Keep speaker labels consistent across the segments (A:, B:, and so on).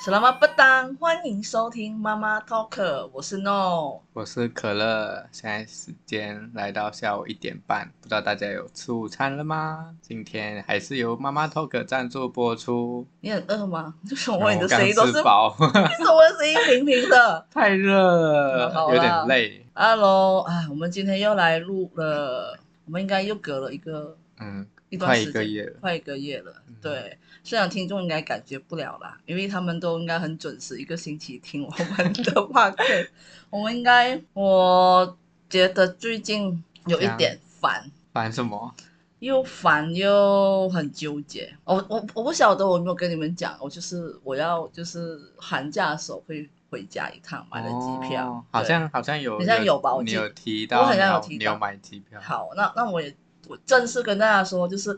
A: Selamat petang，欢迎收听妈妈 Talker，我是 No。
B: 我是可乐，现在时间来到下午一点半，不知道大家有吃午餐了吗？今天还是由妈妈 Talk 赞助播出。
A: 你很饿吗？ 为什么
B: 然
A: 哦你的
B: 后我刚
A: 声音都是？
B: 吃
A: 为
B: 饱，
A: 什么声音平平的
B: 太热了
A: 嗯好，啦
B: 有点累。
A: ？Hello，哎，我们今天又来录了，我们应该又隔了一个
B: 嗯，
A: 一段
B: 快
A: 时
B: 一
A: 间，
B: 个月了。
A: 快一个月了。
B: 嗯
A: 对，虽然听众应该感觉不了啦，因为他们都应该很准时，一个星期听我们的 podcast。我们应该，我觉得最近有一
B: 怎样
A: 点烦，
B: 烦什么？
A: 又烦又很纠结。我我我不晓得我有没有跟你们讲，我就是我要就是寒假的时候会回家一趟， 买了机票，
B: 哦好
A: 对
B: 像好像有，
A: 好像有吧我
B: 你
A: 记得
B: 有提
A: 我
B: 到，
A: 好
B: 你
A: 像有
B: 要
A: 提
B: 你
A: 到
B: 有买机票。
A: 好，那那我也我正式跟大家说，就是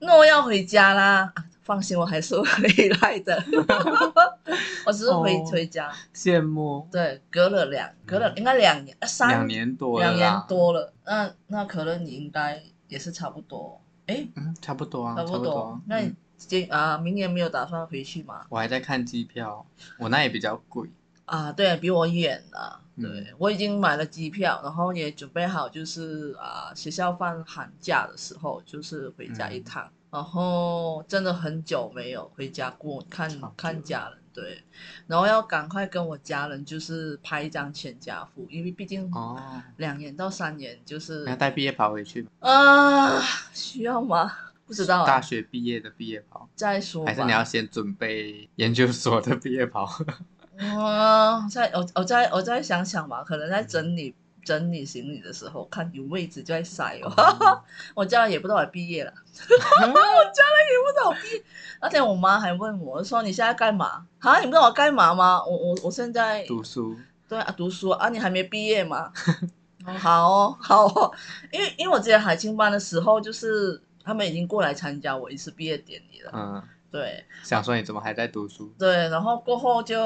A: 诺要回家啦、啊放心，我还是回来 的，我只是回、
B: 哦
A: 回家。
B: 羡慕。
A: 对，隔了两隔了
B: 嗯
A: 应该两年、啊三
B: 两年多了
A: 两
B: 啦，
A: 年多了，那那可能你应该也是差不多，诶，
B: 嗯，差不多啊，
A: 差
B: 差
A: 不多。
B: 多。
A: 那你
B: 嗯
A: 今啊、明年没有打算回去吗？
B: 我还在看机票，我那也比较贵。
A: 啊，对比我远了，
B: 嗯
A: 对、我已经买了机票，然后也准备好，就是啊，学校放寒假的时候，就是回家一
B: 嗯
A: 趟。然后真的很久没有回家过，看
B: 久
A: 看
B: 了
A: 家人，对，然后要赶快跟我家人就是拍一张全家福，因为毕竟
B: 哦，
A: 两年到三年就是
B: 那带毕业袍回去吧，
A: 啊，需要吗？不知道、
B: 大
A: 啊，
B: 学毕业的毕业袍，
A: 再说吧。
B: 还是你要先准备研究所的毕业 袍？
A: 我再哦我我再我再想想吧，可能在整理整理行李的时候，看有位置就在塞哦。 我家人也不知道我毕业了，
B: 嗯
A: 不知道我毕业。那天我妈还问我说：“你现在干嘛？啊，你不知道我干嘛吗？我我我现在
B: 读书，
A: 对啊读书啊，你还没毕业 吗？”哦好哦好哦，因为因为我之前海青班的时候，就是他们已经过来参加我一次毕业典礼了，
B: 嗯，
A: 对。
B: 想说你怎么还在读书？
A: 对，然后过后就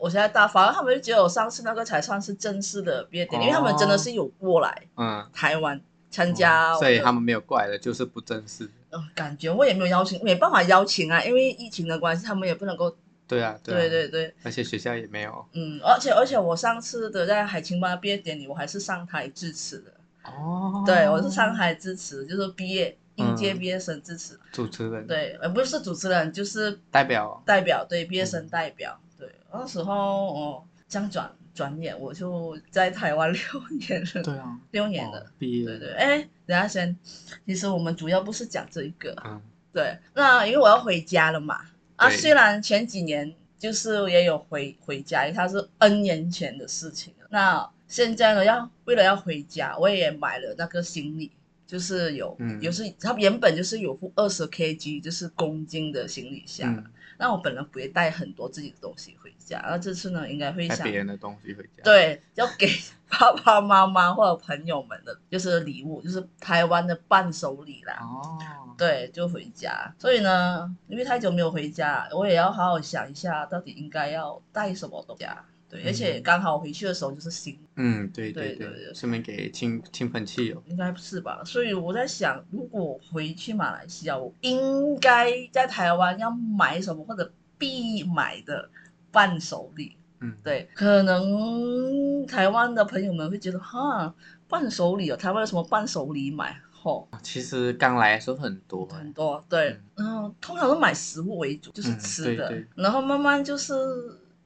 A: 我现在大发，他们就只有上次那个才算是正式的毕业典礼，因为他们真的是有过来
B: 嗯，
A: 台湾参加我的、
B: 哦所以他们没有过来的，就是不正式。
A: 呃、感觉我也没有邀请，没办法邀请啊，因为疫情的关系，他们也不能够。
B: 对啊，啊
A: 对对对，
B: 而且学校也没有。
A: 嗯，而且而且我上次的在海清吧毕业典礼，我还是上台致辞的。
B: 哦，
A: 对，我是上台致辞，就是毕业应届
B: 嗯
A: 毕业生致辞。
B: 主持人，，
A: 对，呃，不是主持人，就是
B: 代表
A: 代表对毕业生
B: 嗯
A: 代表对，那时候哦，这样转转眼我就在台湾六年了，
B: 对啊，
A: 六年了
B: 哦，毕业，
A: 对对，哎，等一下先，其实我们主要不是讲这一个，
B: 嗯，
A: 对，那因为我要回家了嘛，啊，
B: 对
A: 虽然前几年就是也有回回家，它是 N 年前的事情了，那现在呢，要为了要回家，我也买了那个行李。就是有，
B: 嗯
A: 有是它原本就是有副二十 kg，就是公斤的行李箱，
B: 嗯，
A: 那我本来不会带很多自己的东西回家，那这次呢，应该会
B: 带
A: 想
B: 别人的东西回家，，
A: 对，要给爸爸妈妈或者朋友们的，就是礼物，就是台湾的伴手礼啦。
B: 哦，
A: 对，就回家。所以呢，因为太久没有回家，我也要好好想一下，到底应该要带什么东西啊。对，而且
B: 嗯
A: 刚好回去的时候就是新
B: 嗯，对
A: 对对对
B: 对，顺便给亲亲朋戚友，
A: 应该不是吧？所以我在想，如果我回去马来西亚，我应该在台湾要买什么或者必买的伴手礼？
B: 嗯，，
A: 对，可能台湾的朋友们会觉得，哈，伴手礼哦，台湾有什么伴手礼买？吼、
B: 其实刚来的时候很多欸，
A: 很多对，然后通常都买食物为主，就是
B: 嗯
A: 吃
B: 对
A: 的，
B: 对
A: 然后慢慢就是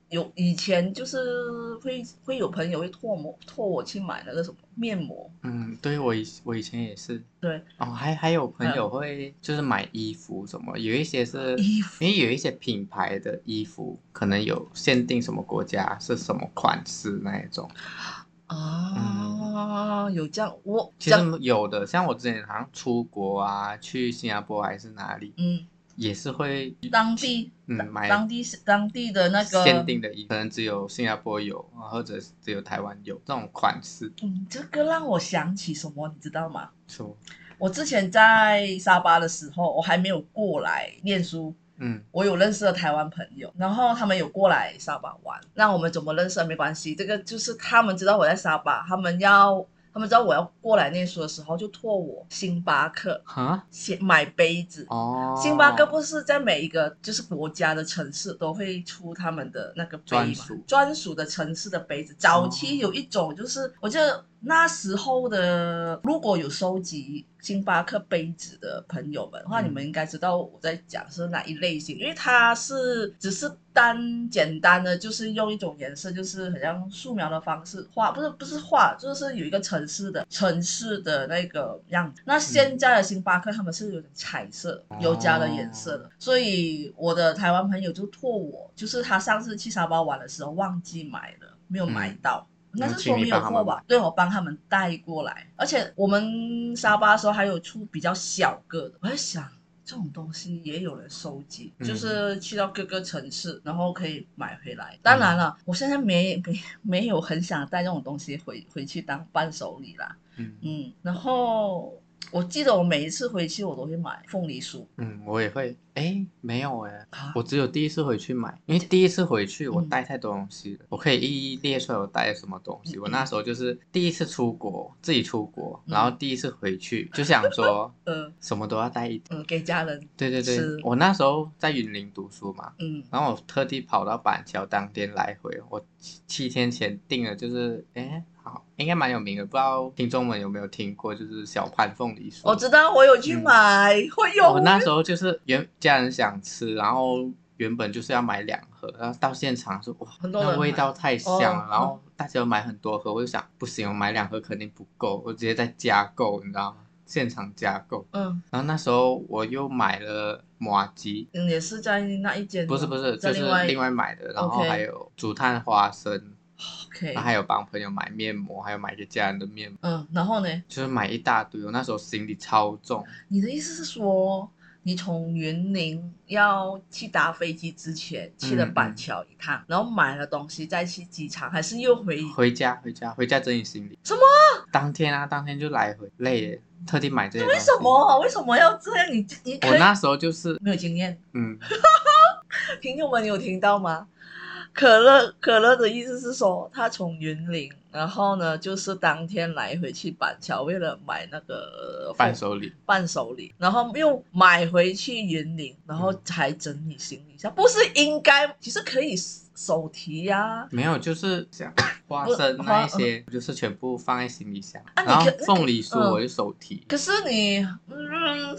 A: 有以前就是会会有朋友会托我托我去买那个什么面膜，
B: 嗯，对我以我以前也是，
A: 对，
B: 哦，还还有朋
A: 嗯
B: 友会就是买衣服什么，有一些是
A: 衣服
B: 因为有一些品牌的衣服可能有限定什么国家是什么款式那一种，
A: 啊，有这样我
B: 其
A: 这
B: 实
A: 样，
B: 有的像我之前好像出国啊，去新加坡还是哪里，
A: 嗯，
B: 也是会
A: 当地
B: 嗯买
A: 当地当地的那个
B: 限定的衣服，可能只有新加坡有，或者是只有台湾有这种款式，
A: 嗯，这个让我想起什么，你知道吗？
B: 是吗？
A: 我之前在沙巴的时候，我还没有过来念书，
B: 嗯
A: 我有认识的台湾朋友，然后他们有过来沙巴玩。那我们怎么认识的没关系，这个就是他们知道我在沙巴，他们要他们知道我要过来念书的时候，就托我星巴克
B: 哈
A: 先买杯子。
B: 哦，
A: 星巴克不是在每一个就是国家的城市都会出他们的那个杯
B: 专
A: 嘛
B: 属，
A: 专属的城市的杯子。早期有一种就是，我记得那时候的，如果有收集星巴克杯子的朋友们的话，
B: 嗯
A: 你们应该知道我在讲是哪一类型，因为它是只是单简单的就是用一种颜色，就是很像素描的方式画，不是不是画，就是有一个城市的城市的那个样子。那现在的星巴克他们是有点彩色，有加了颜色的，所以我的台湾朋友就托我，就是他上次去沙巴玩的时候忘记买了，没有买到。应该是说没嗯有货吧？对，我帮他们带过来，而且我们沙巴的时候还有出比较小个的。我在想，这种东西也有人收集，
B: 嗯
A: 就是去到各个城市，然后可以买回来。当然了，我现在没没没有很想带这种东西回回去当伴手礼啦。
B: 嗯
A: 嗯，然后我记得我每一次回去我都会买凤梨酥
B: 嗯，我也会，哎，没有哎，
A: 啊，
B: 我只有第一次回去买，因为第一次回去我
A: 嗯
B: 带太多东西了，我可以一一列出来我带了什么东西。
A: 嗯
B: 我
A: 嗯
B: 那时候就是第一次出国，自己出国，
A: 嗯
B: 然后第一次回去就想 说
A: 呃
B: 什么都要带一点。
A: 嗯，给家人
B: 对对对
A: 是，
B: 我那时候在云林读书嘛，
A: 嗯
B: 然后我特地跑到板桥当天来回，我七七天前订了，就是哎好，应该蛮有名的，不知道听众们有没有听过，就是小潘凤梨酥。
A: 我知道我有去买，会有
B: 嗯哦我那时候就是原家人想吃，然后原本就是要买两盒，然后到现场说哇，
A: 很多人
B: 那味道太香了，
A: 哦
B: 然后大家买很多盒，我就想不行，我买两盒肯定不够，我直接再加购，你知道吗？现场加购。
A: 嗯，
B: 然后那时候我又买了麻吉，
A: 嗯也是在那一间吗，
B: 不是不是，
A: 在
B: 就是
A: 另外
B: 另外买的，然后
A: OK
B: 还有竹炭花生，
A: OK，
B: 啊然后还有帮朋友买面膜，还有买给家人的面膜，
A: 嗯，然后呢？
B: 就是买一大堆。我那时候行李超重，
A: 你的意思是说，你从云林要去搭飞机之前去了板桥一趟，然后买了东西再去机场，还是又回？
B: 嗯回家，回家，回家整理行李。
A: 什么？
B: 当天啊，当天就来回，累耶，特地买这些。
A: 为什？么？为什么要这样？你你可
B: 我
A: 以
B: 那时候就是，
A: 没有经验，
B: 嗯，
A: 听众们你有听到吗？可乐可乐的意思是说，他从云林，然后呢，就是当天来回去板桥，为了买那个
B: 伴手礼。
A: 伴手礼，然后又买回去云林，然后才整理行李箱，不是应该其实可以手提呀、
B: 没有，就是像花
A: 不
B: 生
A: 花
B: 那一些，就是全部放在行李箱。
A: 啊你
B: 然后
A: 可那
B: 凤梨
A: 嗯
B: 酥我就手提。
A: 可是你，嗯，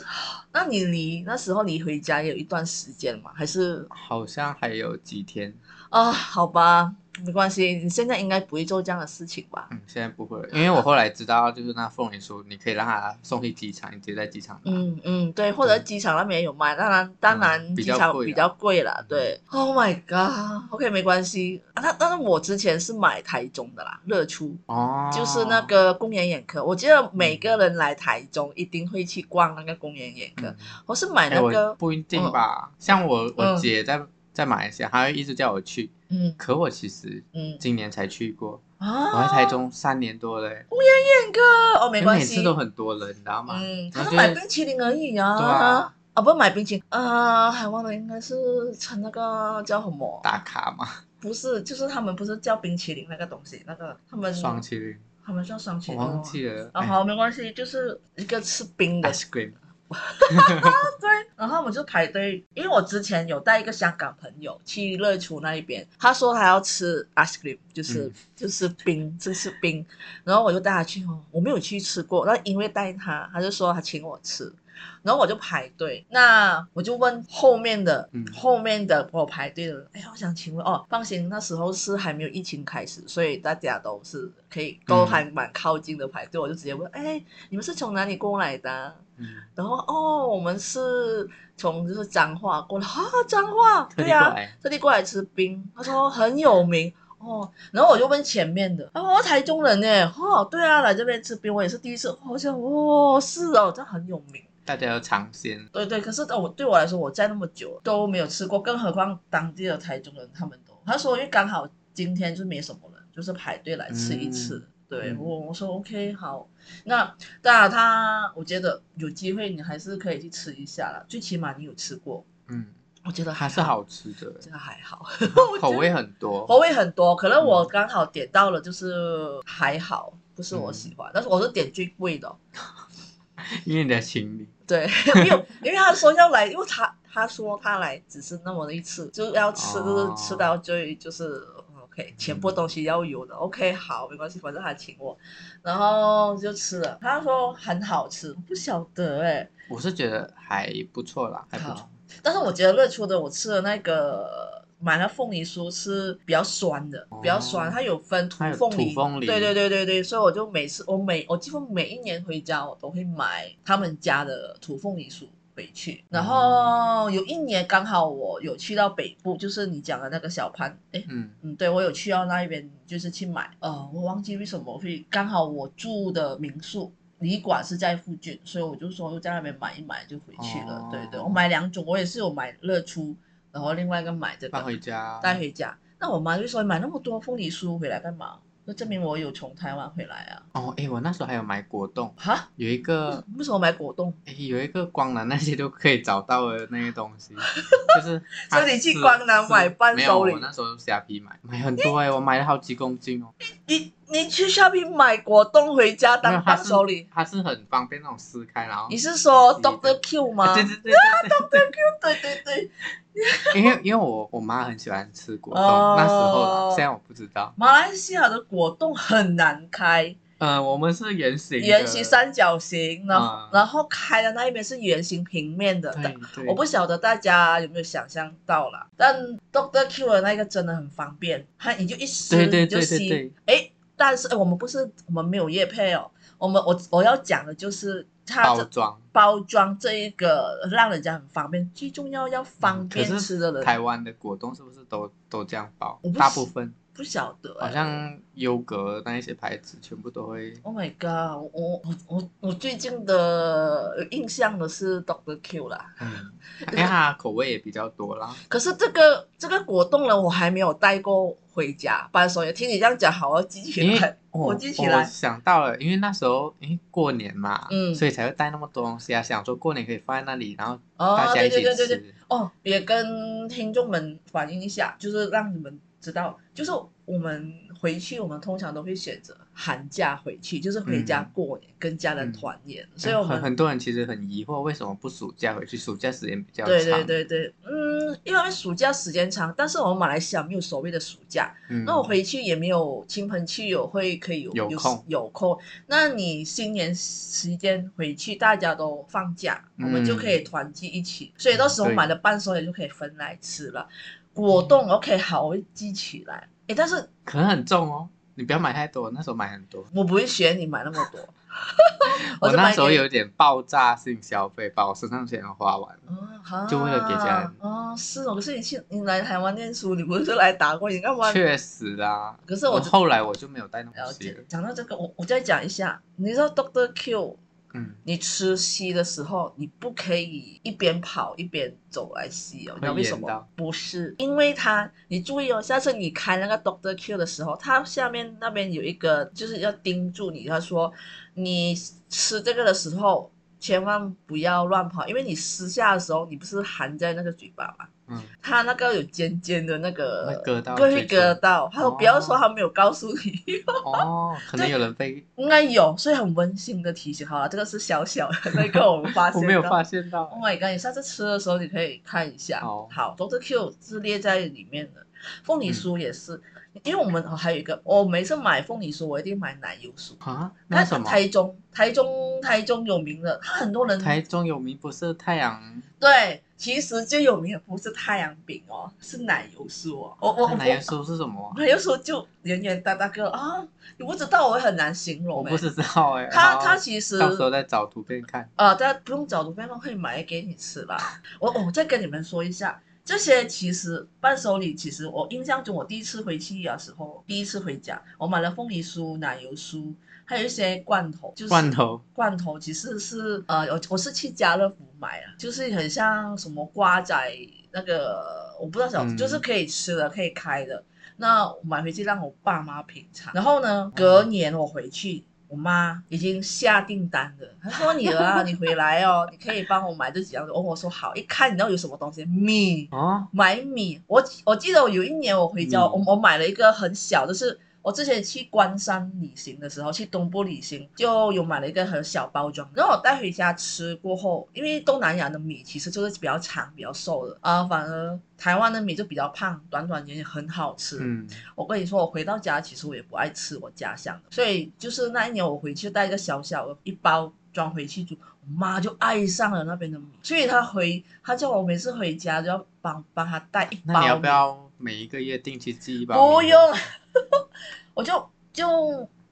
A: 那你离那时候你回家也有一段时间嘛？还是
B: 好像还有几天，
A: 啊？好吧，没关系，你现在应该不会做这样的事情吧？
B: 嗯，现在不会了，因为我后来知道，就是那凤梨酥，你可以让它送去机场，你直接在机场拿。
A: 嗯嗯，对，或者
B: 对
A: 机场那边有卖，当然当然
B: 嗯比
A: 机
B: 较
A: 场
B: 贵
A: 比
B: 啊
A: 较贵啦，对。Oh my god，OK、没关系。啊那但是我之前是买台中的啦，乐出。
B: 哦，
A: 就是那个公园眼科，我记得每个人来台中一定会去逛那个公园眼科。
B: 嗯。
A: 我是买
B: 哎、
A: 那
B: 我
A: 个，
B: 不一定
A: 嗯
B: 吧，像我我
A: 嗯
B: 姐在在马来西亚，她会一直叫我去，
A: 嗯
B: 可我其实
A: 嗯
B: 今年才去过，
A: 啊，
B: 我在台中三年多嘞，
A: 眼科哦，没
B: 因为
A: 关
B: 每
A: 系，
B: 次都很多人，你知道吗？
A: 嗯，他
B: 然
A: 是
B: 后就
A: 买
B: 是
A: 冰淇淋而已啊，
B: 对啊
A: 啊不买冰淇淋，啊，还忘了应该是称那个叫什么？
B: 打卡嘛，
A: 不是，就是他们不是叫冰淇淋那个东西，那个他们
B: 双麒麟，
A: 他们叫双
B: 我
A: 麒麟
B: 忘
A: 嗯哦。
B: 记了。哎
A: 啊，好，没关系，就是一个吃冰的
B: 哎、，ice cream，
A: 对，然后我们就排队，因为我之前有带一个香港朋友去乐厨那一边，他说他要吃 ice cream，就是、
B: 嗯
A: 就是冰，就是冰，然后我就带他去哦，我没有去吃过，那因为带他，他就说他请我吃，然后我就排队，那我就问后面的、
B: 嗯
A: 后面的我排队的人，哎呀，我想请问哦，放心，那时候是还没有疫情开始，所以大家都是可以都
B: 嗯
A: 还蛮靠近的排队，我就直接问，哎，你们是从哪里过来的啊？
B: 嗯，
A: 然后哦，我们是从就是彰化过来啊，彰化，
B: 特
A: 对
B: 地过
A: 呀、
B: 来，
A: 特地过来吃冰。他说很有名哦，然后我就问前面的，啊，我台中人呢，哦，对啊，来这边吃冰，我也是第一次，哦我想哦，是哦，这很有名。
B: 大家要尝鲜，
A: 对对，可是哦我对我来说，我在那么久都没有吃过，更何况当地的台中人他们都，他说因为刚好今天就没什么人，就是排队来吃一次。
B: 嗯
A: 对
B: 嗯
A: 我我说 OK 好，那当然他我觉得有机会你还是可以去吃一下啦，最起码你有吃过，
B: 嗯，
A: 我觉得还
B: 还是好吃的，
A: 这个还好，
B: 口味很多，
A: 口味很多，可能我
B: 嗯
A: 刚好点到了就是还好，不不是我喜欢，
B: 嗯
A: 但是我是点最贵的哦、
B: 因为你的行李，
A: 对， 没有，因为他说要来，因为他他说他来只是那么的一次，就要吃，
B: 哦
A: 吃到最就是嗯 OK，全部东西要有的、OK，好，没关系，反正他请我，然后就吃了，他说很好吃，不晓得哎、
B: 我是觉得还不错啦，还不错
A: 好。但是我觉得日出的我吃的那个买了凤梨酥是比较酸的，比较酸，它有分土
B: 哦它有
A: 凤
B: 土
A: 梨，
B: 凤梨
A: 对对对对对，所以我就每次我每我几乎每一年回家我都会买他们家的土凤梨酥。回去，然
B: 哦
A: 后有一年刚好我有去到北部，就是你讲的那个小潘，哎，
B: 嗯，
A: 嗯，对我有去到那一边，就是去买，呃，我忘记为什么会，刚好我住的民宿旅馆是在附近，所以我就说在那边买一买就回去了。
B: 哦
A: 对对，我买两种，我也是有买热出，然后另外一个买这
B: 带
A: 个
B: 回家，
A: 带回家。那我妈就说买那么多凤梨酥回来干嘛？就证明我有从台湾回来啊！
B: 哦，哎，我那时候还有买果冻，
A: 哈，
B: 有一
A: 为
B: 个
A: 什，为什么买果冻？
B: 哎，有一个光南那些都可以找到的那些东 西，就是它
A: 所以你去
B: 是
A: 光南
B: 是
A: 买伴
B: 没有，
A: 手礼
B: 我那时候是虾皮买，买很多哎，我买了好几公斤哦。
A: 你你去 shopping 买果冻回家
B: 没
A: 当
B: 有它
A: 伴
B: 是啊
A: 手礼？
B: 它是很方便那种撕开，然后
A: 你是说
B: 记得
A: Doctor Q 吗？
B: 啊 对
A: 对
B: 对对对对
A: 对对，
B: 因为因为我我妈很喜欢吃果冻，
A: 哦
B: 那时候啦现在我不知道。
A: 马来西亚的果冻很难开，
B: 呃，我们是圆形的，
A: 圆形三角形，然后、
B: 嗯
A: 然后开的那一边是圆形平面的。
B: 对
A: 但
B: 对，
A: 我不晓得大家有没有想象到啦，但 Doctor Q 的那个真的很方便，它你就一撕
B: 对对
A: 你就
B: 对对
A: 吸
B: 对，
A: 哎，但是哎我们不是我们没有叶配哦，我们我我要讲的就是它
B: 包
A: 这
B: 装。
A: 包装这一个让人家很方便，最重要要方便
B: 嗯可是
A: 吃的人，
B: 台湾的果冻是不是都都这样包
A: 我不？
B: 大部分
A: 不晓得哎、
B: 好像优格那一些牌子全部都会。
A: Oh my god！我我我我最近的有印象的是 Doctor Q 啦，
B: 嗯，因为它口味也比较多啦。
A: 可是这个这个果冻呢，我还没有带过回家。伴手礼，听你这样讲，好，我要记起
B: 因为
A: 来。
B: 哦
A: 我记起来
B: 我想到了，因为那时候因为过年嘛，
A: 嗯
B: 所以才会带那么多东西啊，想说过年可以放在那里，然后
A: 哦
B: 嗯大，家
A: 对
B: 一起
A: 对对对对，
B: 吃。
A: 哦，也跟听众们反映一下，就是让你们知道，就是我们回去，我们通常都会选择寒假回去，就是回家
B: 嗯
A: 过年，跟家人
B: 嗯
A: 团圆，所以我们
B: 很很多人其实很疑惑，为什么不暑假回去？暑假时间比较长。
A: 对对对对，嗯，因为暑假时间长，但是我们马来西亚没有所谓的暑假。
B: 嗯，
A: 那我回去也没有亲朋戚友会可以有
B: 有空
A: 有空。那你新年时间回去，大家都放假，
B: 嗯
A: 我们就可以团聚一起，所以到时候
B: 对嗯
A: 买的伴手礼就可以分来吃了。果冻 OK 好，我会记起来。诶，但是
B: 可能很重哦，你不要买太多，那时候买很多。
A: 我不会学你买那么 多，
B: 我
A: 就买
B: 那时候
A: 给
B: 有点爆炸性消费，把我身上钱都花完了。
A: 哦
B: 就为了给家人
A: 啊哦，是哦。可是你去你来台湾念书，你不是来打工，你干嘛？
B: 确实啊，
A: 可是我知
B: 后来我就没有带那么
A: 了
B: 些
A: 解
B: 了。。
A: 讲到这个，我我再讲一下，你知道 Doctor Q
B: 嗯，
A: 你吃吸的时候，你不可以一边跑一边走来吸哦，你知道为什
B: 会
A: 么
B: 淹到？
A: 不是，因为它，你注意哦，下次你开那个 Doctor Q 的时候，它下面那边有一个就是要盯住你，他说你吃这个的时候千万不要乱跑，因为你撕下的时候，你不是含在那个嘴巴嘛，
B: 嗯，
A: 它那个有尖尖的那
B: 会
A: 个。
B: 割到
A: 对，
B: 嘴
A: 会
B: 唇
A: 割到。他说不要说
B: 哦
A: 他没有告诉你，
B: 哦，可能有人被
A: 应该有，所以很温馨的提醒。好了，这个是小小的 那个我们发现
B: 我没有
A: 到
B: 发现到
A: Oh，my Oh god！你下次吃的时候你可以看一下。
B: 好嗯
A: 好，Doctor Q 是列在里面的，凤梨酥也是，因为我们哦还有一个，我每次买凤梨酥，我一定买奶油酥。
B: 啊，那
A: 那
B: 什么？
A: 台中，台中，台中有名的，它很多人
B: 台中有名不是太阳，
A: 对，其实最有名的不是太阳饼哦，是奶油酥哦。我我我
B: 那奶油酥是什么？
A: 奶油酥就圆圆大大个啊，你不知道，我很难形容、
B: 我
A: 欸。
B: 不知道哎。
A: 它
B: 好
A: 它其实
B: 到时候再找图片看。
A: 啊，大家不用找卢贝曼会买给你吃啦。我我再跟你们说一下，这些其实伴手礼，其实我印象中我第一次回去的时候，第一次回家，我买了凤梨酥、奶油酥，还有一些罐头，就是
B: 罐头，
A: 罐头其实是呃，我我是去家乐福买啊，就是很像什么瓜仔那个，我不知道小，
B: 嗯
A: 就是可以吃的，可以开的。那我买回去让我爸妈品尝，然后呢，隔年我回去，我妈已经下订单了，她说女儿啊，你回来哦，你可以帮我买这几样东西。哦，我说好，一看你知道有什么东西，米，
B: 哦，
A: 买米。我我记得我有一年我回家，
B: 米
A: 我我买了一个很小，就是我之前去关山旅行的时候，去东部旅行就有买了一个很小包装，然后我带回家吃过后，因为东南亚的米其实就是比较长、比较瘦的啊、反而台湾的米就比较胖，短短圆圆，很好吃。
B: 嗯，
A: 我跟你说，我回到家其实我也不爱吃我家乡的，所以就是那一年我回去带一个小小的一包装回去煮，我妈就爱上了那边的米，所以她回她叫我每次回家就要帮帮她带一包
B: 那你要
A: 米
B: 不要每一个月定期寄一包？
A: 不用，， 我就就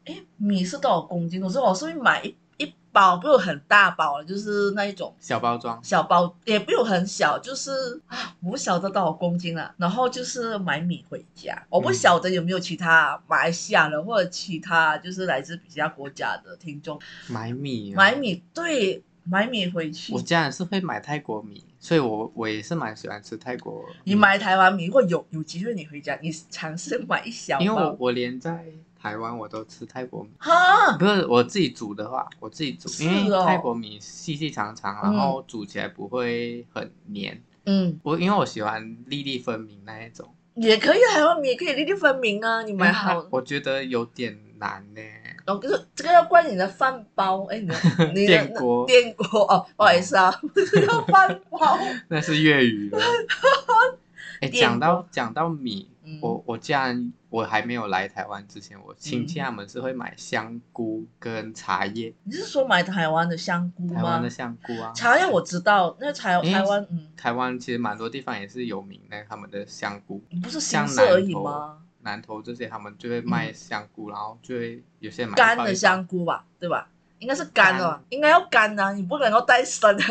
A: 诶，米是多少公斤？可是我是会买一一包，不是很大包了，就是那一种
B: 小包装。
A: 小包，也不用很小，就是啊，我不晓得多少公斤了。然后就是买米回家，我不
B: 嗯
A: 晓得有没有其他马来西亚人或者其他就是来自其他国家的听众
B: 买米、哦，
A: 买。米，对，买米回去
B: 我。家人是会买泰国米，所以我我也是蛮喜欢吃泰国米。
A: 你买台湾米，如果有有机会你回家，你尝试买一小
B: 因为我
A: 包。
B: 我连在台湾我都吃泰国米，
A: 哈，
B: 不是我自己煮的话，我自己煮，
A: 是
B: 因为
A: 哦
B: 泰国米细细长长，然后煮起来不会很黏。
A: 嗯，
B: 我因为我喜欢粒粒分明那一种，
A: 也可以啊，台湾米也可以粒粒分明啊，你买好
B: 因为它，我觉得有点难呢。
A: 然后就是这个要怪你的饭包，哎，你 的你的
B: 电锅
A: 那电锅哦，不好意思 啊，不是叫饭包，
B: 那是粤语的。 哎，
A: 电锅
B: 讲到讲到米，
A: 嗯
B: 我我家人我还没有来台湾之前，我亲戚他们是会买香菇跟茶叶，
A: 你是说买台湾的香菇
B: 台湾
A: 吗
B: 的？香菇啊，
A: 茶叶我知道，那台
B: 诶
A: 台湾嗯，
B: 台湾其实蛮多地方也是有名的，他们的香菇、
A: 不是新
B: 像
A: 色
B: 南
A: 而已
B: 投
A: 吗？
B: 南投这些，他们就会卖香菇，然后就会有些买
A: 嗯干
B: 一包
A: 的
B: 一包
A: 香，菇吧，对吧？应该是干的吧
B: 嗯干，
A: 应该要干的啊，你不能够带生的，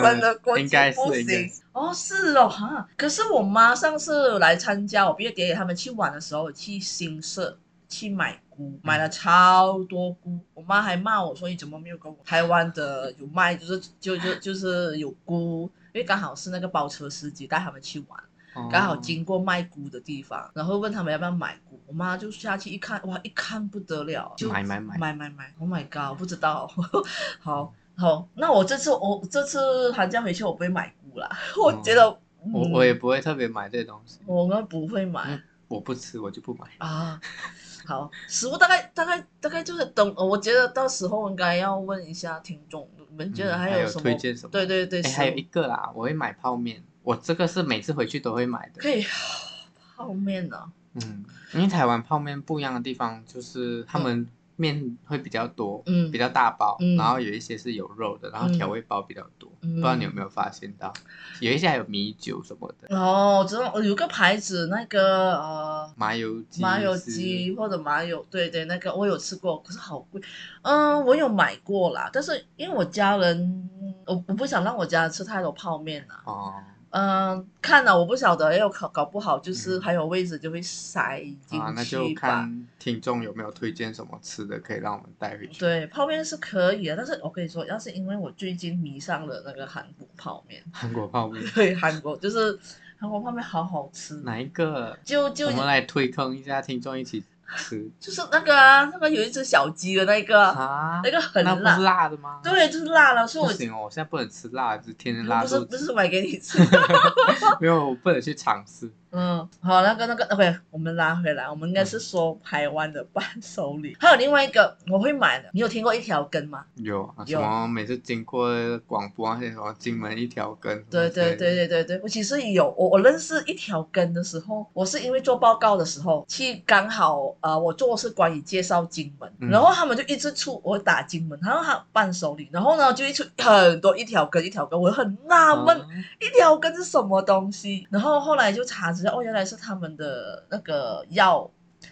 A: 生的过去
B: 应该是
A: 不
B: 应该
A: 行
B: 是。
A: 哦，是哦，哈。可是我妈上次来参加我毕业典礼，他们去玩的时候，去新社去买菇，买了超多菇。我妈还骂我说：“你怎么没有跟我台湾的有卖，就是就就就是有菇？”因为刚好是那个包车司机带他们去玩。
B: 哦
A: 刚好经过卖菇的地方，然后问他们要不要买菇，我妈就下去一看，哇，一看不得了，就
B: 买买买
A: 买买买，Oh my god，我不知道， 好好，那我这次我这次寒假回去我不会买菇啦， 我觉得、嗯
B: 哦我我也不会特别买这东西，
A: 我们不会买、
B: 嗯我不吃我就不买。
A: 啊。好，食物大概大概大概就是等，我觉得到时候应该要问一下听众，你们觉得
B: 嗯
A: 还
B: 还有
A: 什么？
B: 推荐什么
A: 对对对，
B: 哎，
A: 食
B: 还有
A: 物
B: 一个啦，我会买泡面，我这个是每次回去都会买的。
A: 可以 泡面呢、
B: 嗯，因为台湾泡面不一样的地方就是他们面会比较多，
A: 嗯
B: 比较大包，
A: 嗯
B: 然后有一些是有肉的，然后
A: 嗯
B: 调味包比较多，
A: 嗯
B: 不知道你有没有发现到，有一些还有米酒什么的，
A: 哦，知道有个牌子，那个呃
B: 麻油鸡、
A: 麻油鸡，或者麻油，对对，那个我有吃过，可是好贵。嗯，我有买过啦，但是因为我家人，我我不想让我家人吃太多泡面啦。
B: 哦，
A: 嗯，看了我不晓得，要搞搞不好就是
B: 嗯
A: 还有位置就会塞进
B: 啊，那就
A: 去吧。
B: 看听众有没有推荐什么吃的可以让我们带回去。，
A: 对，泡面是可以的，但是我跟你说，要是因为我最近迷上了那个韩国泡面，
B: 韩国泡面
A: 对，韩国就是韩国泡面好好吃，
B: 哪一个？
A: 就就
B: 我们来推坑一下听众一起吃
A: 就是那个啊，那个有一只小鸡的那个，
B: 啊
A: 那，个很
B: 那不
A: 辣
B: 是，辣的吗？，
A: 对，就是辣了，所以
B: 不
A: 我
B: 行哦，我现在不能吃辣，就天天
A: 不
B: 拉
A: 不是
B: 肚
A: 不
B: 子，
A: 是买给你 吃，
B: 没有，我不能去尝试。
A: 嗯，好，那个那个，OK，我们拉回来，我们应该是
B: 嗯
A: 说台湾的伴手礼，还有另外一个我会买的，你有听过一条根吗？
B: 有啊，什
A: 有
B: 么每次经过广播啊那些什么金门一条根，
A: 对对对，对对对，我其实有我我认识一条根的时候，我是因为做报告的时候去刚好呃，我做的是关于介绍金门，
B: 嗯
A: 然后他们就一直出我打金门，然后他伴手礼，然后呢就一出很多一条根一条根，我很纳
B: 嗯
A: 闷，一条根是什么东西？然后后来就查知道，哦，原来是他们的那个药，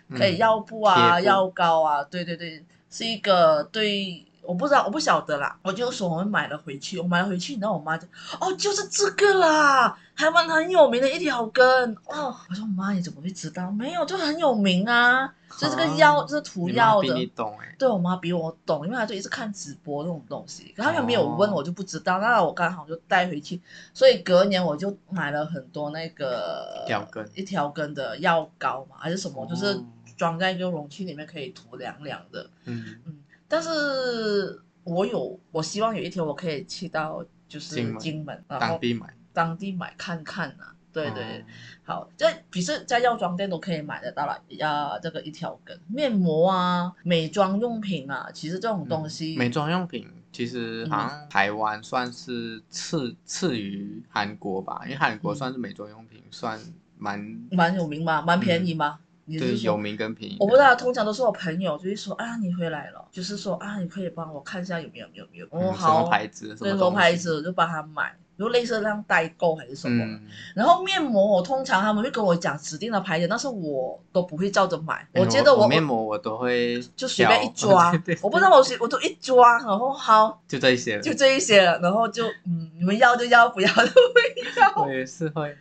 B: 嗯
A: 可以药布啊、
B: 贴布
A: 药膏啊，对对对，是一个对，我不知道，我不晓得啦。我就说我们买了回去，我买了回去，然后我妈就，哦，就是这个啦，台湾很有名的一条根哦。我说妈，你怎么会知道？没有，就很有名啊，就这个药，
B: 啊
A: 就是涂
B: 不
A: 药
B: 比你
A: 的。
B: 懂哎，
A: 对我妈比我懂，因为她就一直看直播这种东西，可她又没有问，
B: 哦
A: 我就不知道。那我刚好就带回去，所以隔年我就买了很多那个
B: 一条根
A: 一条根的药膏嘛，还是什么，就是
B: 哦
A: 装在一个容器里面可以涂凉凉的。
B: 嗯，
A: 嗯，但是我有，我希望有一天我可以去到就是
B: 金门
A: 金门，然
B: 当
A: 后
B: 地买，哦
A: 当地买看看啊。对对，好，这比是在药妆店都可以买得到了，呀，这个一条根面膜啊、美妆用品啊，其实这种东西，
B: 嗯
A: 嗯
B: 美妆用品其实好像台湾算是次次于韩国吧，因为韩国
A: 嗯
B: 算是美妆用品算蛮
A: 蛮有名吗？蛮便宜吗？你
B: 嗯对
A: 是
B: 有
A: 说？
B: 名跟便宜的。
A: 我不知道，通常都是我朋友，就是说啊，你回来了，就是说啊，你可以帮我看一下有没有有没有，哦
B: 嗯什么
A: 好，
B: 牌子？什
A: 对什
B: 么
A: 么
B: 东
A: 牌
B: 西？
A: 子我就帮他买，就类似那样代购还是什么的。
B: 嗯，
A: 然后面膜，我通常他们会跟我讲指定的牌子，但是我都不会照着买。
B: 哎
A: 我觉得
B: 我
A: 我
B: 面膜我都会
A: 就随便一
B: 挑
A: 抓
B: 对对，
A: 我不知道我随我都一抓，然后好
B: 就这一些了。
A: 就这一些了，然后就嗯，你们要就要，不要就 不要。
B: 我也是会，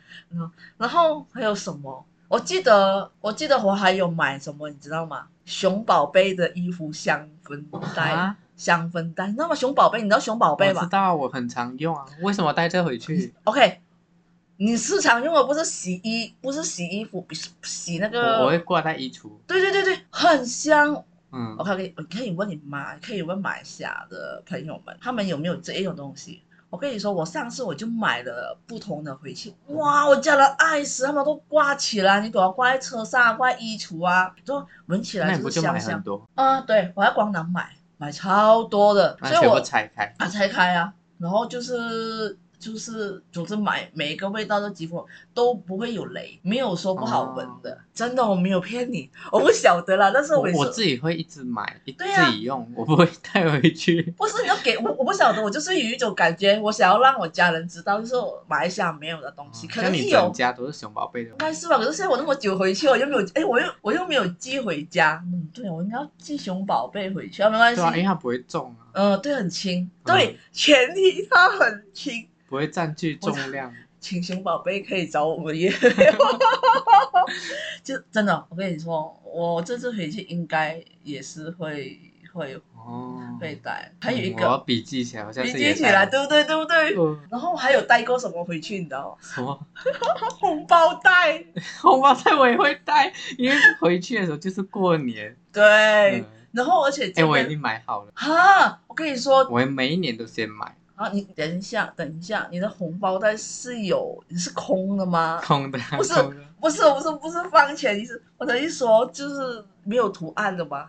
A: 然后还有什么？我记得我记得我还有买什么，你知道吗？熊宝贝的衣服香氛袋，
B: 啊
A: 香氛袋，你知道吗？熊宝贝，你知道熊宝贝
B: 我
A: 吧
B: 知？道我很常用啊。为什么带这回 去？
A: OK，你日常用的不是洗衣，不是洗衣服，不是洗那个。
B: 我我会挂在衣橱。
A: 对对对对，很香。
B: 嗯
A: 我，可以，你可以问你妈，可以问马来西亚的朋友们，他们有没有这一种东西？我跟你说，我上次我就买了不同的回去，哇，我家人爱死，他们都挂起来，你给我挂在车上啊，挂在衣橱啊，就闻起
B: 那
A: 来
B: 你不
A: 是
B: 就买
A: 香
B: 很
A: 香。
B: 多？
A: 啊，对，我在光南买，买超多的，
B: 那
A: 所以
B: 全部
A: 我
B: 拆开。
A: 把拆开啊，然后就是就是，总之买每一个味道都几乎都不会有雷，没有说不好闻的，真的我没有骗你，我不晓得啦，但是
B: 我
A: 我也
B: 哦我
A: 是
B: 自己会一直买，一
A: 对啊
B: 自己用，我不会带回去。
A: 不是你要给我，我不晓得，我就是有一种感觉，我想要让我家人知道，就是我马来西亚没有的东西，可
B: 嗯像
A: 能
B: 你
A: 有
B: 整，家都是熊宝贝的
A: 应，该是吧。可是现在我那么久回去，我又没有，哎，我又我又没有寄回家。嗯，对，我应该要寄熊宝贝回去，啊，没关
B: 对啊，因为
A: 系。
B: 它不会重啊，
A: 嗯、对，很轻，
B: 嗯
A: 对，前提它很轻，
B: 不会占据重量。
A: 请熊宝贝可以找我们约。 就真的，我跟你说，我这次回去应该也是会会
B: 哦，
A: 会带，还有一
B: 嗯我要
A: 个
B: 笔记起来，我下
A: 笔
B: 次
A: 记
B: 也
A: 起来，
B: 带
A: 对不对？对不对？
B: 嗯
A: 然后还有代购什么回去，你知道吗？
B: 什么
A: 红包袋，
B: 红包袋我也会带，因为回去的时候就是过年。
A: 对。
B: 嗯
A: 然后而且
B: 哎，
A: 这
B: 我
A: 边
B: 已经买好了，
A: 啊，我跟你说
B: 我 每一年都先买
A: 啊，你等一下，等一下，你的红包袋是有你是空的吗？
B: 空的，
A: 不是
B: 空的
A: 不是，不是，不是放钱，你是我的意思说就是没有图案的吗？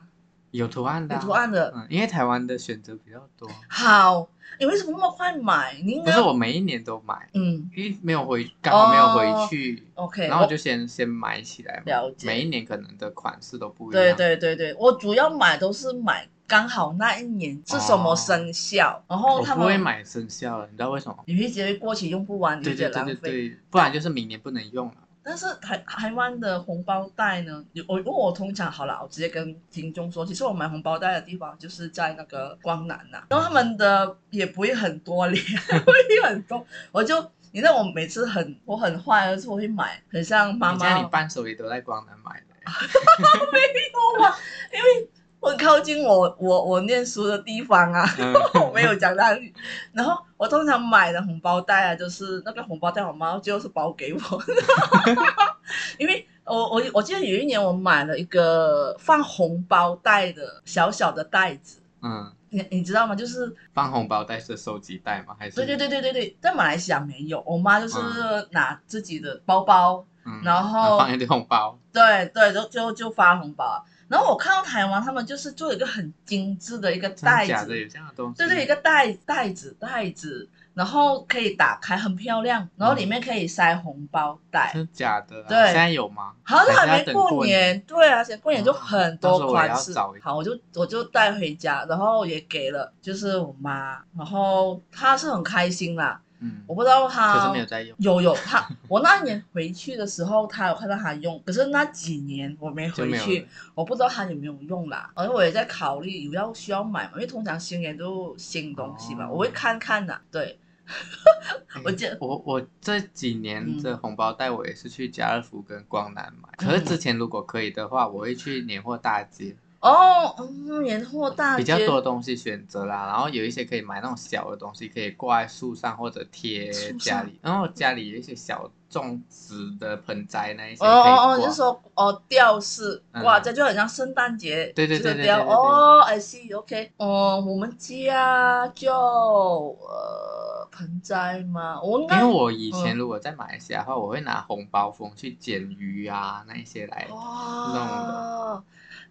B: 有图案的
A: 有
B: 啊，
A: 图案的，啊
B: 嗯，因为台湾的选择比较多，
A: 好，你为什么那么快买？你应
B: 不
A: 该
B: 是我每一年都买，
A: 嗯
B: 因为没有回，刚好没有回去。
A: ，OK，
B: 然后
A: 我
B: 我就先先买起来嘛，
A: 哦了解
B: 每一年可能的款式都不一
A: 对
B: 样。
A: 对对对，我主要买都是买刚好那一年是什么
B: 哦
A: 生肖，然后
B: 我
A: 他
B: 不
A: 们
B: 会买生肖了，你知道为什么？
A: 你会觉得过期用不完，你
B: 对
A: 会觉
B: 对
A: 得
B: 对
A: 浪
B: 对
A: 费。
B: 对，不然就是明年不能用了。
A: 但是台台湾的红包袋呢，有我因为我通常好了，我直接跟听众说，其实我买红包袋的地方就是在那个光南呐、
B: 嗯
A: 然后他们的也不会很多咧， 不会很多，我就。你知道我每次很我很坏，就是我会买很像妈
B: 你
A: 妈，
B: 家
A: 因
B: 你伴手礼都在光南买的，
A: 为我很靠近我我我念书的地方啊，
B: 嗯
A: 我没有讲到你。然后我通常买的红包袋啊，就是那个红包袋，我妈最后是包给我， 因为我我我记得有一年我买了一个放红包袋的小小的袋子。
B: 嗯，
A: 你你知道吗？就是
B: 放红包袋是收集袋吗？还是
A: 对对，对对对对，在马来西亚没有，我妈就是
B: 嗯
A: 拿自己的包包，
B: 嗯，
A: 然后
B: 放一堆红包，
A: 对对，就就就发红包啊。然后我看到台湾他们就是做一个很精致的一个
B: 真的
A: 袋
B: 假
A: 子
B: 的，有这样的东西？
A: 对对，一个袋袋子袋子，然后可以打开，很漂亮，然后里面可以塞红包袋。
B: 真的假的啊？
A: 对
B: 现在有吗？
A: 好像
B: 还是
A: 还
B: 要
A: 没
B: 等
A: 过
B: 过
A: 年，对啊，而且过年就很多
B: 啊
A: 款
B: 到时
A: 式
B: 候我也要找。
A: 好，我就我就带回家，然后也给了，就是我妈，然后她是很开心啦。
B: 嗯，
A: 我不知道
B: 可是
A: 她
B: 没有在用，
A: 有有她，我那一年回去的时候，她有看到她用，可是那几年我没
B: 就
A: 回
B: 没有
A: 去
B: 了，。
A: 我不知道它有没有用啦，而且我也在考虑有要需要买嘛，因为通常新年都新东西嘛，
B: 哦
A: 我会看看的。对，我
B: 哎
A: 记得
B: 我我这几年的红包袋，我也是去家乐福跟光南买。
A: 嗯
B: 可是之前如果可以的话，我会去年货大街，
A: 哦，嗯，年货大街
B: 比较多东西选择啦。然后有一些可以买那种小的东西，可以挂在树上或者贴
A: 树上
B: 家里。然后家里有一些小种植的盆栽那一些
A: 哦
B: 可以挂。
A: 哦哦，就是说哦吊饰，
B: 嗯
A: 哇，这就很像圣诞节
B: 对对
A: 这个
B: 对对
A: 吊
B: 对对对
A: 哦，I see，OK，哦，我们家就呃。盆栽吗？我应
B: 因
A: 该
B: 为我以前
A: 嗯
B: 如果在马来西亚的话，我会拿红包风去捡鱼啊那一些来，
A: 哦哇，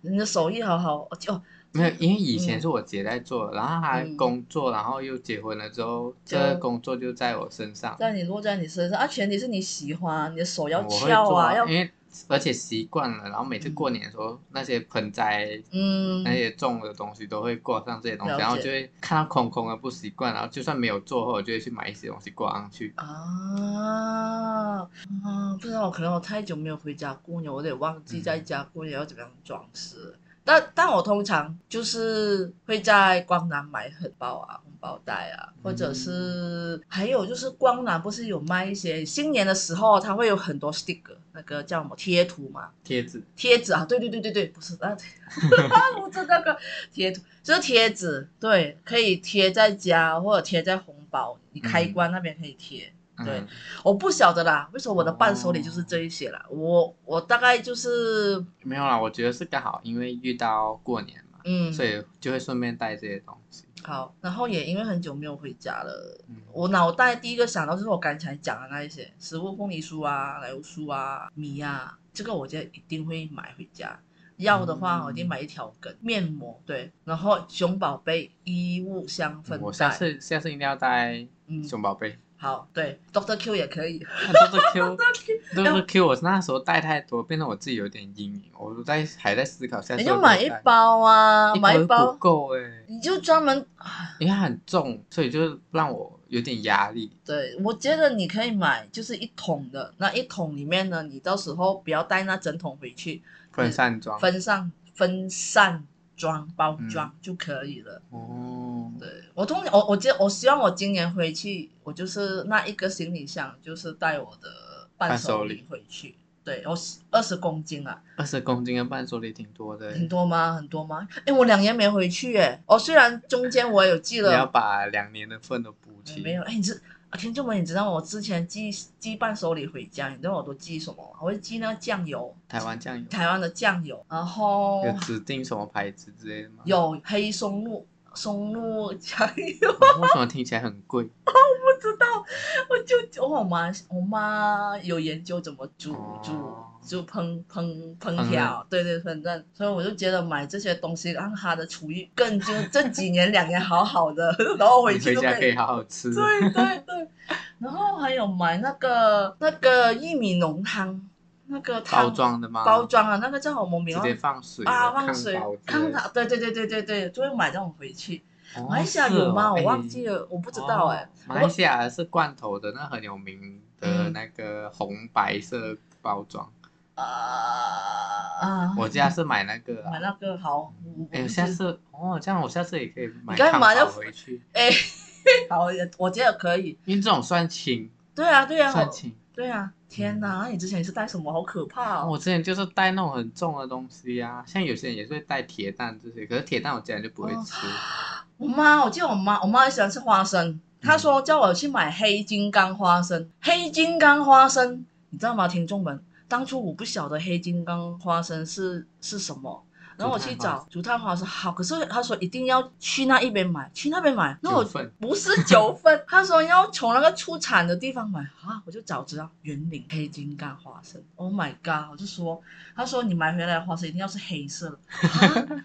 A: 你的手艺好好哦，
B: 没有，因为以前
A: 嗯
B: 是我姐在做，然后她还
A: 嗯
B: 工作，然后又结婚了之后，
A: 就
B: 这个工作就在我身上，
A: 在你落在你身上啊，前提是你喜欢，你的手要
B: 哦我会
A: 翘
B: 做
A: 啊，要
B: 因为而且习惯了，然后每次过年的时候，那些盆栽
A: 嗯
B: 那些种的东西都会挂上这些东西，
A: 了解
B: 然后就会看到空空的不习惯，然后就算没有做后，我就会去买一些东西挂上去。
A: 啊，嗯，不知道，可能我太久没有回家过年，我得忘记
B: 嗯
A: 在家过年要怎么样装饰。但但我通常就是会在光南买红包啊、红包袋啊，或者
B: 嗯
A: 是还有就是光南不是有卖一些新年的时候，它会有很多 sticker，那个叫什么贴图嘛，
B: 贴纸，
A: 贴纸啊，对对对对对，不是啊，不是 那个贴图，就是贴纸，对，可以贴在家或者贴在红包，你开
B: 嗯
A: 关那边可以贴。对
B: 嗯，
A: 我不晓得啦，为什么我的伴手礼
B: 哦
A: 就是这一些啦？我我大概就是
B: 没有啦，我觉得是刚好因为遇到过年嘛，
A: 嗯，
B: 所以就会顺便带这些东西。
A: 好，然后也因为很久没有回家了，
B: 嗯，
A: 我脑袋第一个想到就是我刚才讲的那一些食物凤梨酥啊、奶油酥啊、米啊，这个我觉得一定会买回家。要的话，
B: 嗯
A: 我一定买一条根面膜，对，然后熊宝贝衣物香氛
B: 嗯我下
A: 袋，
B: 次下次一定要带
A: 嗯，
B: 熊宝 贝。
A: 好，对，Doctor Q 也可以，
B: 那这 Q 这
A: 哎
B: 个 Q，我那时候带太多，变得我自己有点阴影。我在还在思考下次
A: 你
B: 要
A: 就
B: 不要
A: 哎买
B: 带。
A: 一包啊，
B: 一
A: 买
B: 盒
A: 一
B: 又
A: 包
B: 不，够哎，
A: 你就专门啊
B: 因为它很重，所以就是让我有点压力。
A: 对，我觉得你可以买，就是一桶的，那一桶里面呢，你到时候不要带那整桶回去，
B: 分散装
A: 分上分散装包装就可以了。
B: 哦，
A: 对我通常我我觉我希望我今年回去，我就是那一个行李箱，就是带我的伴
B: 伴手
A: 手
B: 礼
A: 礼回去。对我二十公斤啊，
B: 二十公斤的伴手礼挺多的欸，
A: 很多吗？很多吗？哎，我两年没回去哎，我虽然中间我有寄
B: 你要
A: 了，
B: 把两年的份都补齐。
A: 没有，哎，你知啊，听众们，你知道我之前寄寄伴手礼回家，你知道我都寄什么吗？我会寄那个酱油，
B: 台湾酱油
A: 台湾的酱油，然后
B: 有指定什么牌子之类的吗？
A: 有黑松露，松露酱油。
B: 哦。为什么听起来很贵？
A: 我就我妈，我妈有研究怎么煮
B: 哦
A: 煮就烹烹烹
B: 烹
A: 调，对对，反正，所以我就觉得买这些东西让她的厨艺更就这几年两年好好的， 然后回
B: 你
A: 去
B: 回
A: 都
B: 家
A: 可
B: 可
A: 以
B: 以好好吃。
A: 对对对，然后还有买那个那个薏米浓汤，那个汤
B: 包装的吗？
A: 包装啊，那个叫什么名
B: 直接放水
A: 啊？忘水
B: 看
A: 康塔，对对对对对对，就会买这种回去。
B: 哦
A: 马来西亚有吗？我忘记。
B: 是哦
A: 了，我不知道哎、
B: 哦马来西亚是罐头的，那很有名的那个红白色包装。
A: 啊啊！
B: 我家是买那个啊
A: 买。那个好，我
B: 哎，
A: 我
B: 下次哦，这样我下次也可以买
A: 你干嘛
B: 汉堡
A: 要
B: 回去？
A: 哎，好，也我觉得可以。
B: 因为这种算轻，
A: 对啊对啊
B: 算轻。
A: 对啊！天
B: 嗯
A: 哪，那你之前是带什么？好可怕哦！
B: 我之前就是带那种很重的东西啊，像有些人也是会带铁蛋这些，可是铁蛋我家人就不会吃。
A: 哦我妈，我记得我妈，我妈很喜欢吃花生，她说叫我去买黑金刚花生。黑金刚花生，你知道吗，听众们？当初我不晓得黑金刚花生是是什么，然后我去找竹炭花生，好，可是她说一定要去那一边买，去那边买。那我
B: 九份
A: 不是九 份，她说要从那个出产的地方买啊，我就找知道园林黑金刚花生。Oh my god！我就说，她说你买回来的花生一定要是黑色的。啊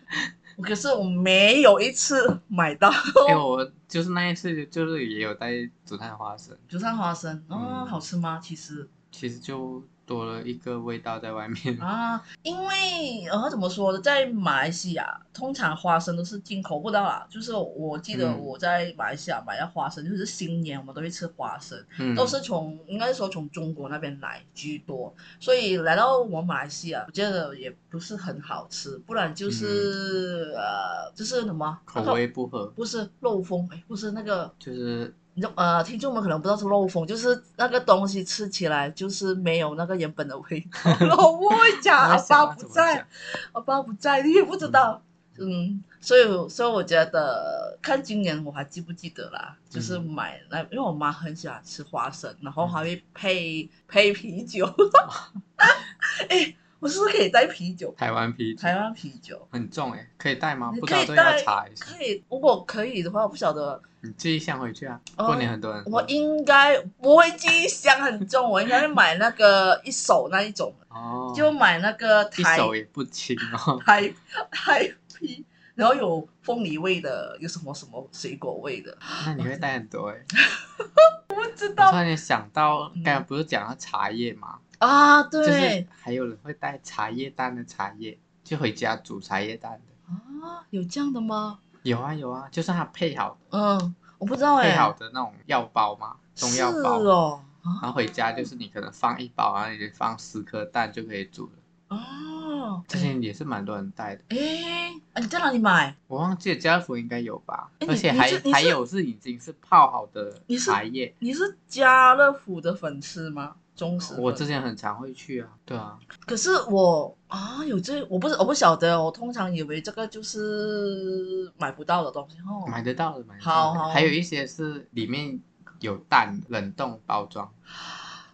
A: 可是我没有一次买到，
B: 哎，我就是那一次就是也有带煮炭花生，
A: 竹炭花生，哦，
B: 嗯
A: 好吃吗？其实
B: 其实就多了一个味道在外面。
A: 啊，因为呃怎么说呢，在马来西亚通常花生都是进口不到啦，就是我记得
B: 嗯
A: 我在马来西亚买到花生，就是新年我们都会吃花生，
B: 嗯，
A: 都是从应该是说从中国那边来居多，所以来到我们马来西亚，我觉得也不是很好吃，不然就是、呃就是什么那
B: 嗯口
A: 个
B: 味不合，
A: 不是漏风，哎，不是那个
B: 就是
A: 你知道呃，听众们可能不知道是漏风，就是那个东西吃起来就是没有那个原本的味道。 然 后我会讲，
B: 我
A: 阿
B: 在
A: 爸
B: 想要
A: 啊不
B: 怎么
A: 在
B: 讲，
A: 阿爸不在，你也不知道。嗯，所以所以我觉得看今年我还记不记得啦，就是
B: 嗯
A: 买那，因为我妈很喜嗯 欢吃花生，然后还会配配啤酒。哎，我是不是可以带啤酒？
B: 台湾啤酒
A: 台湾啤酒
B: 很重哎、可以带吗？
A: 你
B: 不知
A: 可
B: 道
A: 以
B: 这要
A: 带
B: 查一下。
A: 可以，如果可以的话，我不晓得，
B: 你寄一箱回去啊，
A: 哦
B: 过年很多人喝。
A: 我应该不会记忆箱很重，我应该会买那个一手那一种，
B: 哦，
A: 就买那个
B: 一
A: 台
B: 手也不轻哦。
A: 台台啤，然后有凤梨味的，有什么什么水果味的，
B: 那你会带很多哎、
A: 不知
B: 我突
A: 道
B: 然间想到，
A: 嗯
B: 刚才不是讲到茶叶吗？
A: 啊？
B: 就是
A: 对
B: 还有人会带茶叶蛋的茶叶，就回家煮茶叶蛋的。
A: 啊，有这样的吗？
B: 有啊有啊，就是它配好
A: 嗯，我不知道哎、
B: 配好的那种药包嘛，中
A: 是
B: 药包。
A: 哦，
B: 然后回家就是你可能放一包，啊然后你就放十颗蛋就可以煮了。
A: 哦，
B: 之前也是蛮多人带的，
A: 哎，啊你在哪里买？
B: 我忘记了家乐福应该有吧，
A: 哎你
B: 而且还
A: 你是你是
B: 还有是已经是泡好的
A: 你是
B: 茶叶。
A: 你是家乐福的粉丝吗？忠实粉
B: 我之前很常会去啊，对啊，
A: 可是我啊，有这我不是我不晓得，我通常以为这个就是买不到的东西哦。
B: 买得到的买得
A: 好
B: 到的
A: 好
B: 还有一些是里面有蛋，冷冻包装，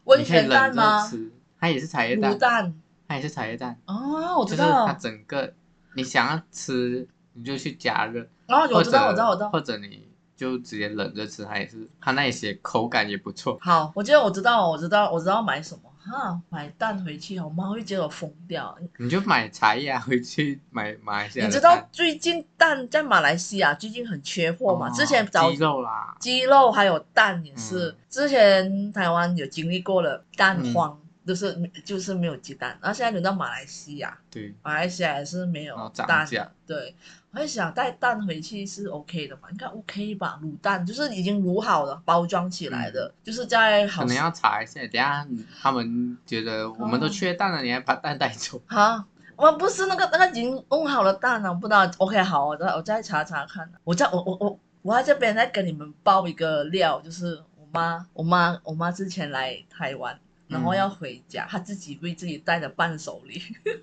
A: 温
B: 你可以
A: 泉蛋
B: 冷
A: 吗
B: 着？吃。它也是茶叶
A: 卤
B: 蛋，
A: 蛋
B: 它也是茶叶蛋，
A: 哦，我
B: 就
A: 知
B: 是
A: 道
B: 它
A: 了。
B: 整个你想要吃你就去加热，
A: 然后
B: 或
A: 哦我知
B: 者
A: 道，我知道，我知道。
B: 或者你就直接冷着吃，它也是它那一些口感也不错。
A: 好，我觉得我知道，我知道，我知道买什么哈，买蛋回去，我妈会觉得我疯掉。
B: 你就买茶叶啊，回去买马来西亚
A: 你
B: 的
A: 知道
B: 蛋
A: 最近蛋在马来西亚最近很缺货嘛？
B: 哦
A: 之前早
B: 鸡肉啦，
A: 鸡肉还有蛋也是，
B: 嗯
A: 之前台湾有经历过了蛋荒，就是就是没有鸡蛋，然后现在轮到马来西亚，
B: 对，
A: 马来西亚也是没有
B: 然后哦涨
A: 蛋
B: 价
A: 的。对，我在想带蛋回去是 OK 的吧？应该 OK 吧？卤蛋就是已经卤好了，包装起来的，就是在好
B: 嗯可能要查一下，等一下他们觉
A: 哦
B: 得我们都缺蛋了，你还把蛋带走，
A: 啊。我不是那个那个已经弄好了蛋了，不知道。OK，好，我再我再查查看。啊我在我我我我在这边再跟你们爆一个料，就是我妈我妈我妈之前来台湾，然后
B: 嗯
A: 要回家，她自己为自己带的伴手礼。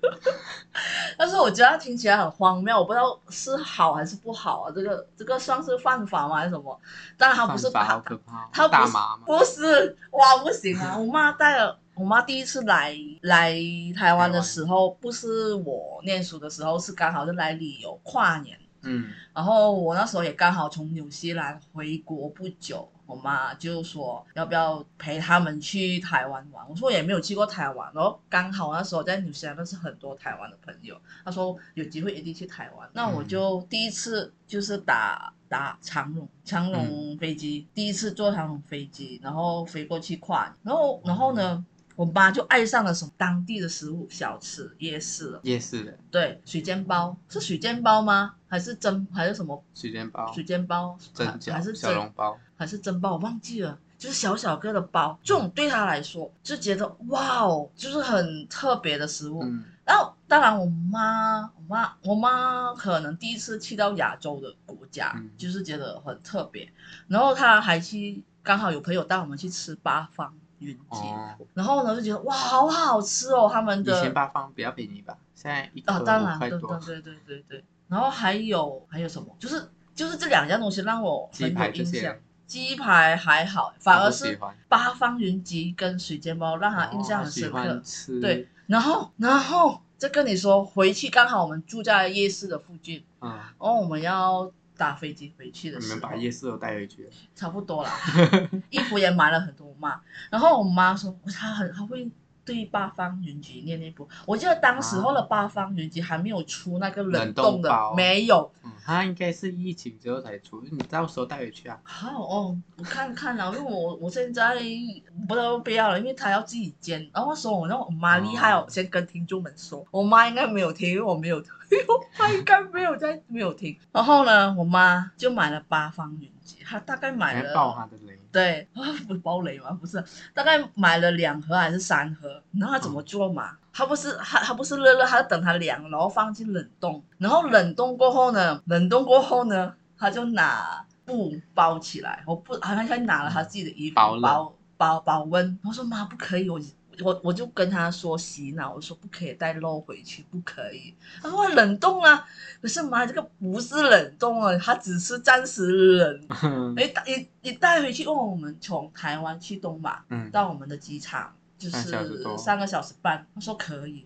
A: 但是我觉得她听起来很荒谬，我不知道是好还是不好啊。这个这个算是犯法吗？还是什么？当然她不是
B: 犯法好
A: 她
B: 可怕哦，
A: 他不
B: 大
A: 是
B: 麻嘛，
A: 不是，哇，不行啊！我妈带了，我妈第一次来来台湾的时候，不是我念书的时候，是刚好是来旅游跨年，
B: 嗯，
A: 然后我那时候也刚好从纽西兰回国不久，我妈就说要不要陪他们去台湾玩，我说我也没有去过台湾，然后刚好那时候在纽西兰认识很多台湾的朋友，她说有机会一定去台湾，那我就第一次就是打打长龙长龙飞机，第一次坐长龙飞机，然后飞过去跨，然后然后呢，我妈就爱上了什么当地的食物小吃夜市了，
B: 夜市的
A: 对，水煎包是水煎包吗？还是蒸还是什么？
B: 水煎包、
A: 水煎包
B: 蒸
A: 还还是
B: 饺、小笼
A: 蒸
B: 包，
A: 还是蒸包，我忘记了，就是小小个的包，这种对他来说就觉得哇哦，就是很特别的食物。
B: 嗯，
A: 然后当然我妈，我妈，我妈可能第一次去到亚洲的国家，
B: 嗯
A: 就是觉得很特别。然后她还去，刚好有朋友带我们去吃八方云集，
B: 哦，
A: 然后呢就觉得哇，好好吃哦，他们
B: 以
A: 的
B: 前八方比较便宜吧，现在一
A: 啊，
B: 颗
A: 当
B: 五
A: 然，
B: 块
A: 对对
B: 多，
A: 对对对对。然后还有还有什么？就是就是这两样东西让我
B: 鸡
A: 很
B: 排
A: 有
B: 这
A: 印
B: 些
A: 象
B: 人。
A: 鸡排还好，反
B: 我
A: 而
B: 不喜
A: 是
B: 欢
A: 八方云集跟水煎包让他印象
B: 哦
A: 很
B: 喜
A: 深刻。
B: 欢吃，
A: 对，然后然后再跟你说，回去刚好我们住在夜市的附近，
B: 嗯，
A: 然后我们要打飞机回去的
B: 你
A: 时
B: 们
A: 候
B: 把，夜市都带回去了，
A: 差不多啦， 衣服也买了很多嘛。然后我妈说，她很她会。对八方云集念念不忘，我记得当时候的八方云集还没有出那个冷
B: 冷冻
A: 冻的，
B: 包
A: 没有。
B: 嗯，它应该是疫情之后才出，你到时候带回去啊，
A: 好哦，我看看啦，因为我我现在不都不要了，因为他要自己煎。然后那时候我那我妈厉害哦，
B: 哦
A: 先跟听众们说，我妈应该没有听，因为我没有听， 我妈应该没有在没有听。然后呢，我妈就买了八方云集，她大概买
B: 还
A: 了
B: 爆它的雷，
A: 对， 啊不是包雷吗？不是，大概买了两盒还是三盒，你知道他怎么做吗？他不是他他不是热热，他等它凉，然后放进冷冻，然后冷冻过后呢，冷冻过后呢，他就拿布包起来，我不好像他拿了他自己的衣服
B: 保
A: 嗯包
B: 冷
A: 保保温，我说妈不可以，我我我就跟他说洗脑，我说不可以带肉回去，不可以，他说冷冻啊，可是妈这个不是冷冻啊，它只是暂时冷
B: 嗯
A: 哎你带你你带回去，因为我们从台湾去东马
B: 嗯，
A: 到我们的机场，就
B: 三小时多哦
A: 是三个小时半。他说可以，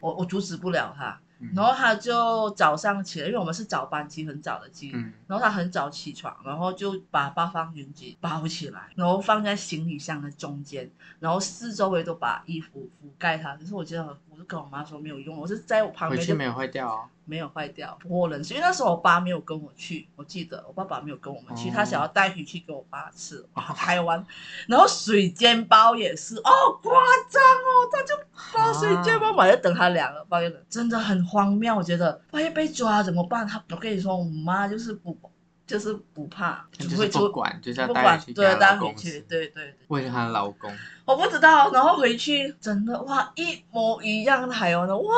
A: 我我阻止不了他。
B: 嗯
A: 然后他就早上起来，因为我们是早班机，很早的机。
B: 嗯
A: 然后他很早起床，然后就把八方云集包起来，然后放在行李箱的中间，然后四周围都把衣服覆盖它。可是我觉得，我就跟我妈说没有用，我是在我旁
B: 回
A: 边
B: 去
A: 就
B: 没有坏掉哦。
A: 没有坏掉，泼冷水。因为那时候我爸没有跟我去，我记得我爸爸没有跟我们去，
B: 哦
A: 他想要带回去给我爸吃，哇台湾。然后水煎包也是，哦，夸张哦，他就包水煎包，我就等他凉了，包月冷，真的很荒谬。我觉得万一被抓怎么办？他我跟你说，我妈就是不，就是不怕，
B: 她
A: 不
B: 就
A: 会
B: 是
A: 出
B: 不，管，就是要
A: 不
B: 带
A: 管
B: 回去，给
A: 对，
B: 她
A: 带
B: 老
A: 回
B: 公
A: 去，
B: 吃，
A: 对对对。
B: 为了她的老公，
A: 我不知道，然后回去真的哇，一模一样的海鸥呢，哇！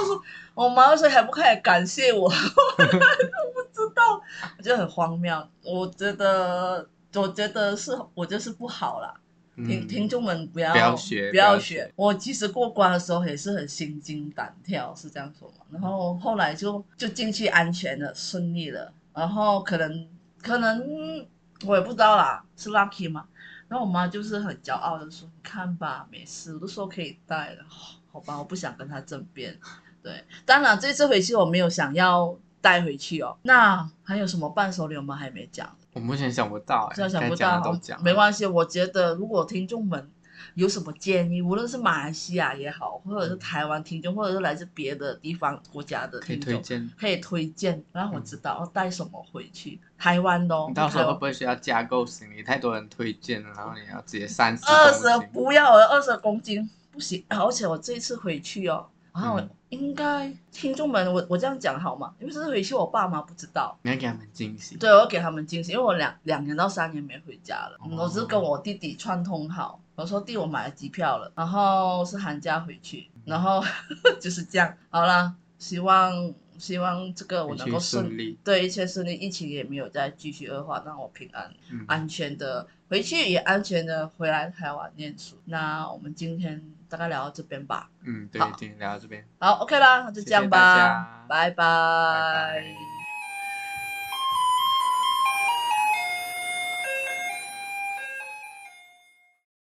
A: 我说我妈说还不快点感谢我，我 不知道，我觉得很荒谬。我觉得，我觉得是，我就是不好啦。听
B: 嗯，
A: 听众们不要
B: 不要学
A: 不要
B: 不要学
A: 我其实过关的时候也是很心惊胆跳，是这样说嘛。然后后来就就进去安全的顺利了，然后可能可能我也不知道啦，是 lucky 吗？然后我妈就是很骄傲的说：“你看吧，没事。”我都说可以带了， 好吧，我不想跟她争辩。对，当然这次回去我没有想要带回去哦。那还有什么伴手礼我们还没讲？
B: 我目前想不到、欸，
A: 现在想
B: 该
A: 不
B: 讲
A: 到，
B: 的都讲了，
A: 没关系。我觉得如果听众们有什么建议，无论是马来西亚也好，或者是台湾听众，或者是来自别的地方国家的
B: 嗯可以
A: 听
B: 推
A: 众，
B: 荐。嗯
A: 可以推荐，让我知道要带什么回去。台湾的哦
B: 你，到时候
A: 台
B: 会
A: 湾
B: 不会需要加购行李？太多人推荐了，然后你要直接三十
A: 二十
B: 公斤，
A: 不要，我二十公斤不行。而且我这一次回去哦，然后我
B: 嗯
A: 应该听众们，我我这样讲好吗？因为这次回去我爸妈不知道，
B: 你要给他们惊喜。
A: 对，我要给他们惊喜，因为我两两年到三年没回家了，
B: 哦
A: 我只是跟我弟弟串通好，我说弟，我买了机票了，然后是寒假回去，然后 就是这样，好啦，希望希望这个我
B: 回
A: 能
B: 去
A: 够顺
B: 顺利，
A: 对一切顺利，疫情也没有再继续恶化，让我平安
B: 嗯，
A: 安全的回去，也安全的回来台湾念书。那我们今天大概聊到这边吧，
B: 嗯，对
A: 好，
B: 今天聊到这边，
A: 好，OK 啦，那就这样吧，
B: 谢谢大家
A: 拜拜
B: 拜拜。